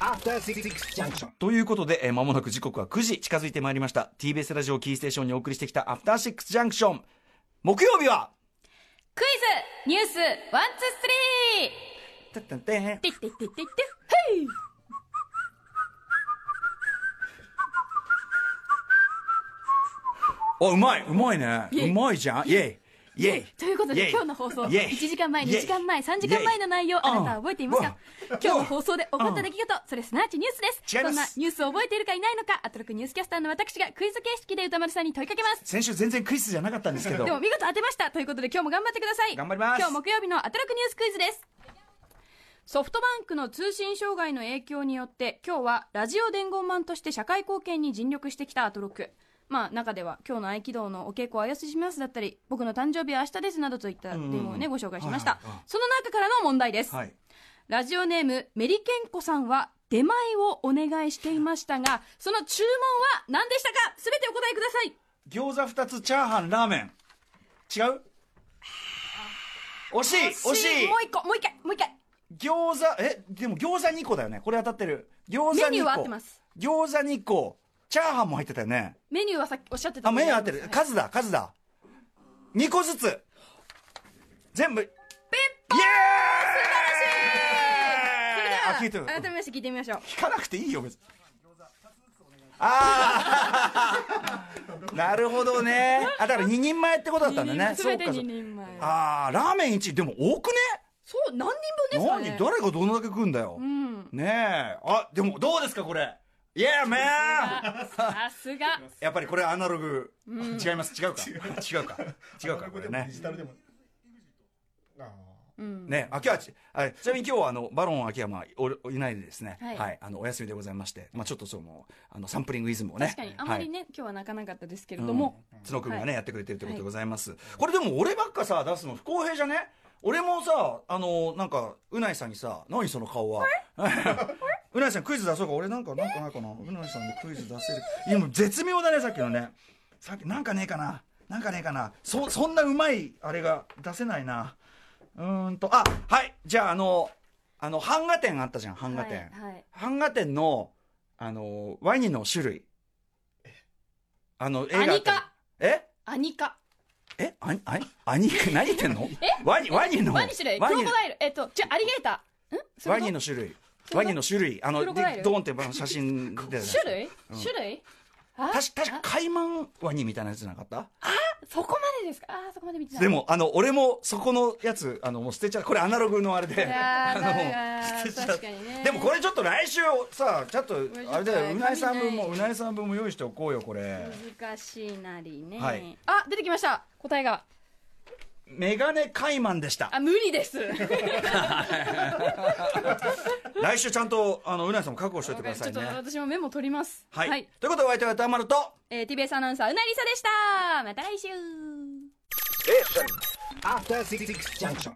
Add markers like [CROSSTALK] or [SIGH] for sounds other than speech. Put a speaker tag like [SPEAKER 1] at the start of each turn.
[SPEAKER 1] After Six Junction.
[SPEAKER 2] ということで、えー間もなく時刻は9時近づいてまいりました。TBS ラジオキーステーションにお送りしてきたアフターシックスジャンクション。木曜日は
[SPEAKER 3] クイズニュースワンツース
[SPEAKER 2] て
[SPEAKER 3] リー
[SPEAKER 2] ってんてん
[SPEAKER 3] ティッティッティッティッティッはい
[SPEAKER 2] あ、うまい、うまいね。
[SPEAKER 3] イェイ
[SPEAKER 2] うまいじゃん。イェイ。イェイ。
[SPEAKER 3] というこ
[SPEAKER 2] イ
[SPEAKER 3] と
[SPEAKER 2] ェ
[SPEAKER 3] で
[SPEAKER 2] イ
[SPEAKER 3] 今日の放送
[SPEAKER 2] イェイ
[SPEAKER 3] 1時間前
[SPEAKER 2] イェイ
[SPEAKER 3] 2時間前3時間前の内容
[SPEAKER 2] イェイ
[SPEAKER 3] あなたは覚えていますか
[SPEAKER 2] うん
[SPEAKER 3] 今日の放送で起こった出来事それすなわちニュースです
[SPEAKER 2] 違い
[SPEAKER 3] そ
[SPEAKER 2] ます
[SPEAKER 3] んなニュースを覚えているかいないのかアトロクニュースキャスターの私がクイズ形式で歌丸さんに問いかけます
[SPEAKER 2] 先週全然クイズじゃなかったんですけど
[SPEAKER 3] で。も見事当てましたということで今日も頑張ってください
[SPEAKER 2] 頑張ります
[SPEAKER 3] 今日木曜日のアトロクニュースクイズですソフトバンクの通信障害の影響によって今日はラジオ伝言マンとして社会貢献に尽力してきたアトロクまあ中では今日の合気道のお稽古をあやすしますだったり僕の誕生日は明日ですなどといった
[SPEAKER 2] うん
[SPEAKER 3] 電話をねご紹介しました
[SPEAKER 2] はいはいはい
[SPEAKER 3] その中からの問題です、
[SPEAKER 2] はい。
[SPEAKER 3] ラジオネームメリケンコさんは出前をお願いしていましたがその注文は何でしたか全てお答えください
[SPEAKER 2] 餃子2つ、チャーハン、ラーメン。違う惜しい惜しい
[SPEAKER 3] もう一個もう一回もう一回
[SPEAKER 2] 餃子、え、でも餃子2個だよね。これ当たってる。餃子2個。
[SPEAKER 3] メニューは合ってます
[SPEAKER 2] 餃子2個。チャーハンも入ってたよね。
[SPEAKER 3] メニューはさっきおっしゃってた
[SPEAKER 2] あ、
[SPEAKER 3] と思
[SPEAKER 2] メ
[SPEAKER 3] い
[SPEAKER 2] ニュー
[SPEAKER 3] ま
[SPEAKER 2] 合
[SPEAKER 3] す
[SPEAKER 2] ってる。
[SPEAKER 3] はい
[SPEAKER 2] 数だ、数だ。2個ずつ。全部。ピンポンイエーイあ
[SPEAKER 3] それで
[SPEAKER 2] 聞いてる
[SPEAKER 3] は改めまして聞いてみましょう
[SPEAKER 2] 聞かなくていいよ別にあ
[SPEAKER 3] [LAUGHS]
[SPEAKER 2] あなるほどねあだから2人前ってことだったんだねそ
[SPEAKER 3] 全
[SPEAKER 2] う
[SPEAKER 3] て
[SPEAKER 2] か
[SPEAKER 3] 2
[SPEAKER 2] そう
[SPEAKER 3] 人前
[SPEAKER 2] ああラーメン1でも多くね
[SPEAKER 3] そう何人分
[SPEAKER 2] 何
[SPEAKER 3] ですかね
[SPEAKER 2] 誰がどんだけ食うんだよ、
[SPEAKER 3] うん
[SPEAKER 2] ねえあでもどうですかこれイエーメン
[SPEAKER 3] さ
[SPEAKER 2] [LAUGHS]
[SPEAKER 3] すが
[SPEAKER 2] やっぱりこれアナログ、違います違うか違うか違うかこれね
[SPEAKER 4] デジタルでも。あ
[SPEAKER 3] うん
[SPEAKER 2] ね、秋はち、あちなみに今日はあのバロン秋山おいないでですね、
[SPEAKER 3] は
[SPEAKER 2] はいい、あのお休みでございまして、まあちょっとそのあのサンプリングイズムをね、
[SPEAKER 3] 確かにあまりね今日は泣かなかったですけれども
[SPEAKER 2] うん角君がね、
[SPEAKER 3] はい
[SPEAKER 2] やってくれてるということでございます、これでも俺ばっかさ出すの不公平じゃね俺もさあのなんかうないさんにさ何その顔は [LAUGHS] うないさんクイズ出そうか俺なんかなんかないかなうないさんでクイズ出せるいやもう絶妙だねさっきのねさっきなんかねえかななんかねえかなそそんなうまいあれが出せないなうーんとあはいじゃああのあの版画展あったじゃん版画展、
[SPEAKER 3] はいはい
[SPEAKER 2] 版画展のあのワインの種類あの映画あ
[SPEAKER 3] ア
[SPEAKER 2] っ
[SPEAKER 3] ニ
[SPEAKER 2] た
[SPEAKER 3] カ
[SPEAKER 2] え
[SPEAKER 3] アニカ
[SPEAKER 2] えあにあにあに [LAUGHS] 何言ってんのワニワニの
[SPEAKER 3] ワニ種類ク
[SPEAKER 2] ワ
[SPEAKER 3] ロ
[SPEAKER 2] ニ
[SPEAKER 3] コダイルえっとじゃアリゲーターんそれ
[SPEAKER 2] ワニの種類ワニの種類あの
[SPEAKER 3] クロコダイ
[SPEAKER 2] で
[SPEAKER 3] ル
[SPEAKER 2] ドーンって写真出てたじゃん
[SPEAKER 3] 種類種類あ
[SPEAKER 2] 確確かカイマンワニみたいなやつじゃなかった
[SPEAKER 3] そこまでですかあーそこまで見てない
[SPEAKER 2] でもあの俺もそこのやつあのもう捨てちゃうこれアナログのあれで
[SPEAKER 3] いやー
[SPEAKER 2] あ
[SPEAKER 3] だ
[SPEAKER 2] の
[SPEAKER 3] から
[SPEAKER 2] [LAUGHS] 捨てちゃう
[SPEAKER 3] 確かにね
[SPEAKER 2] でもこれちょっと来週さちょっと
[SPEAKER 3] れちょっと
[SPEAKER 2] あれだようないさん分も
[SPEAKER 3] 見な
[SPEAKER 2] う
[SPEAKER 3] い
[SPEAKER 2] ないさん分も用意しておこうよこれ
[SPEAKER 3] 難しいなりね
[SPEAKER 2] はい
[SPEAKER 3] あ出てきました答えが
[SPEAKER 2] メガネカイマンでした
[SPEAKER 3] あ無理です
[SPEAKER 2] 来週ちゃんとあのうないさんも覚悟しておいてください
[SPEAKER 3] ちょっと
[SPEAKER 2] ね
[SPEAKER 3] 私もメモ取ります
[SPEAKER 2] はいということでお相手は歌丸と
[SPEAKER 3] えー、TBS アナウンサーうなりさでしたまた来週
[SPEAKER 1] After Six Junction.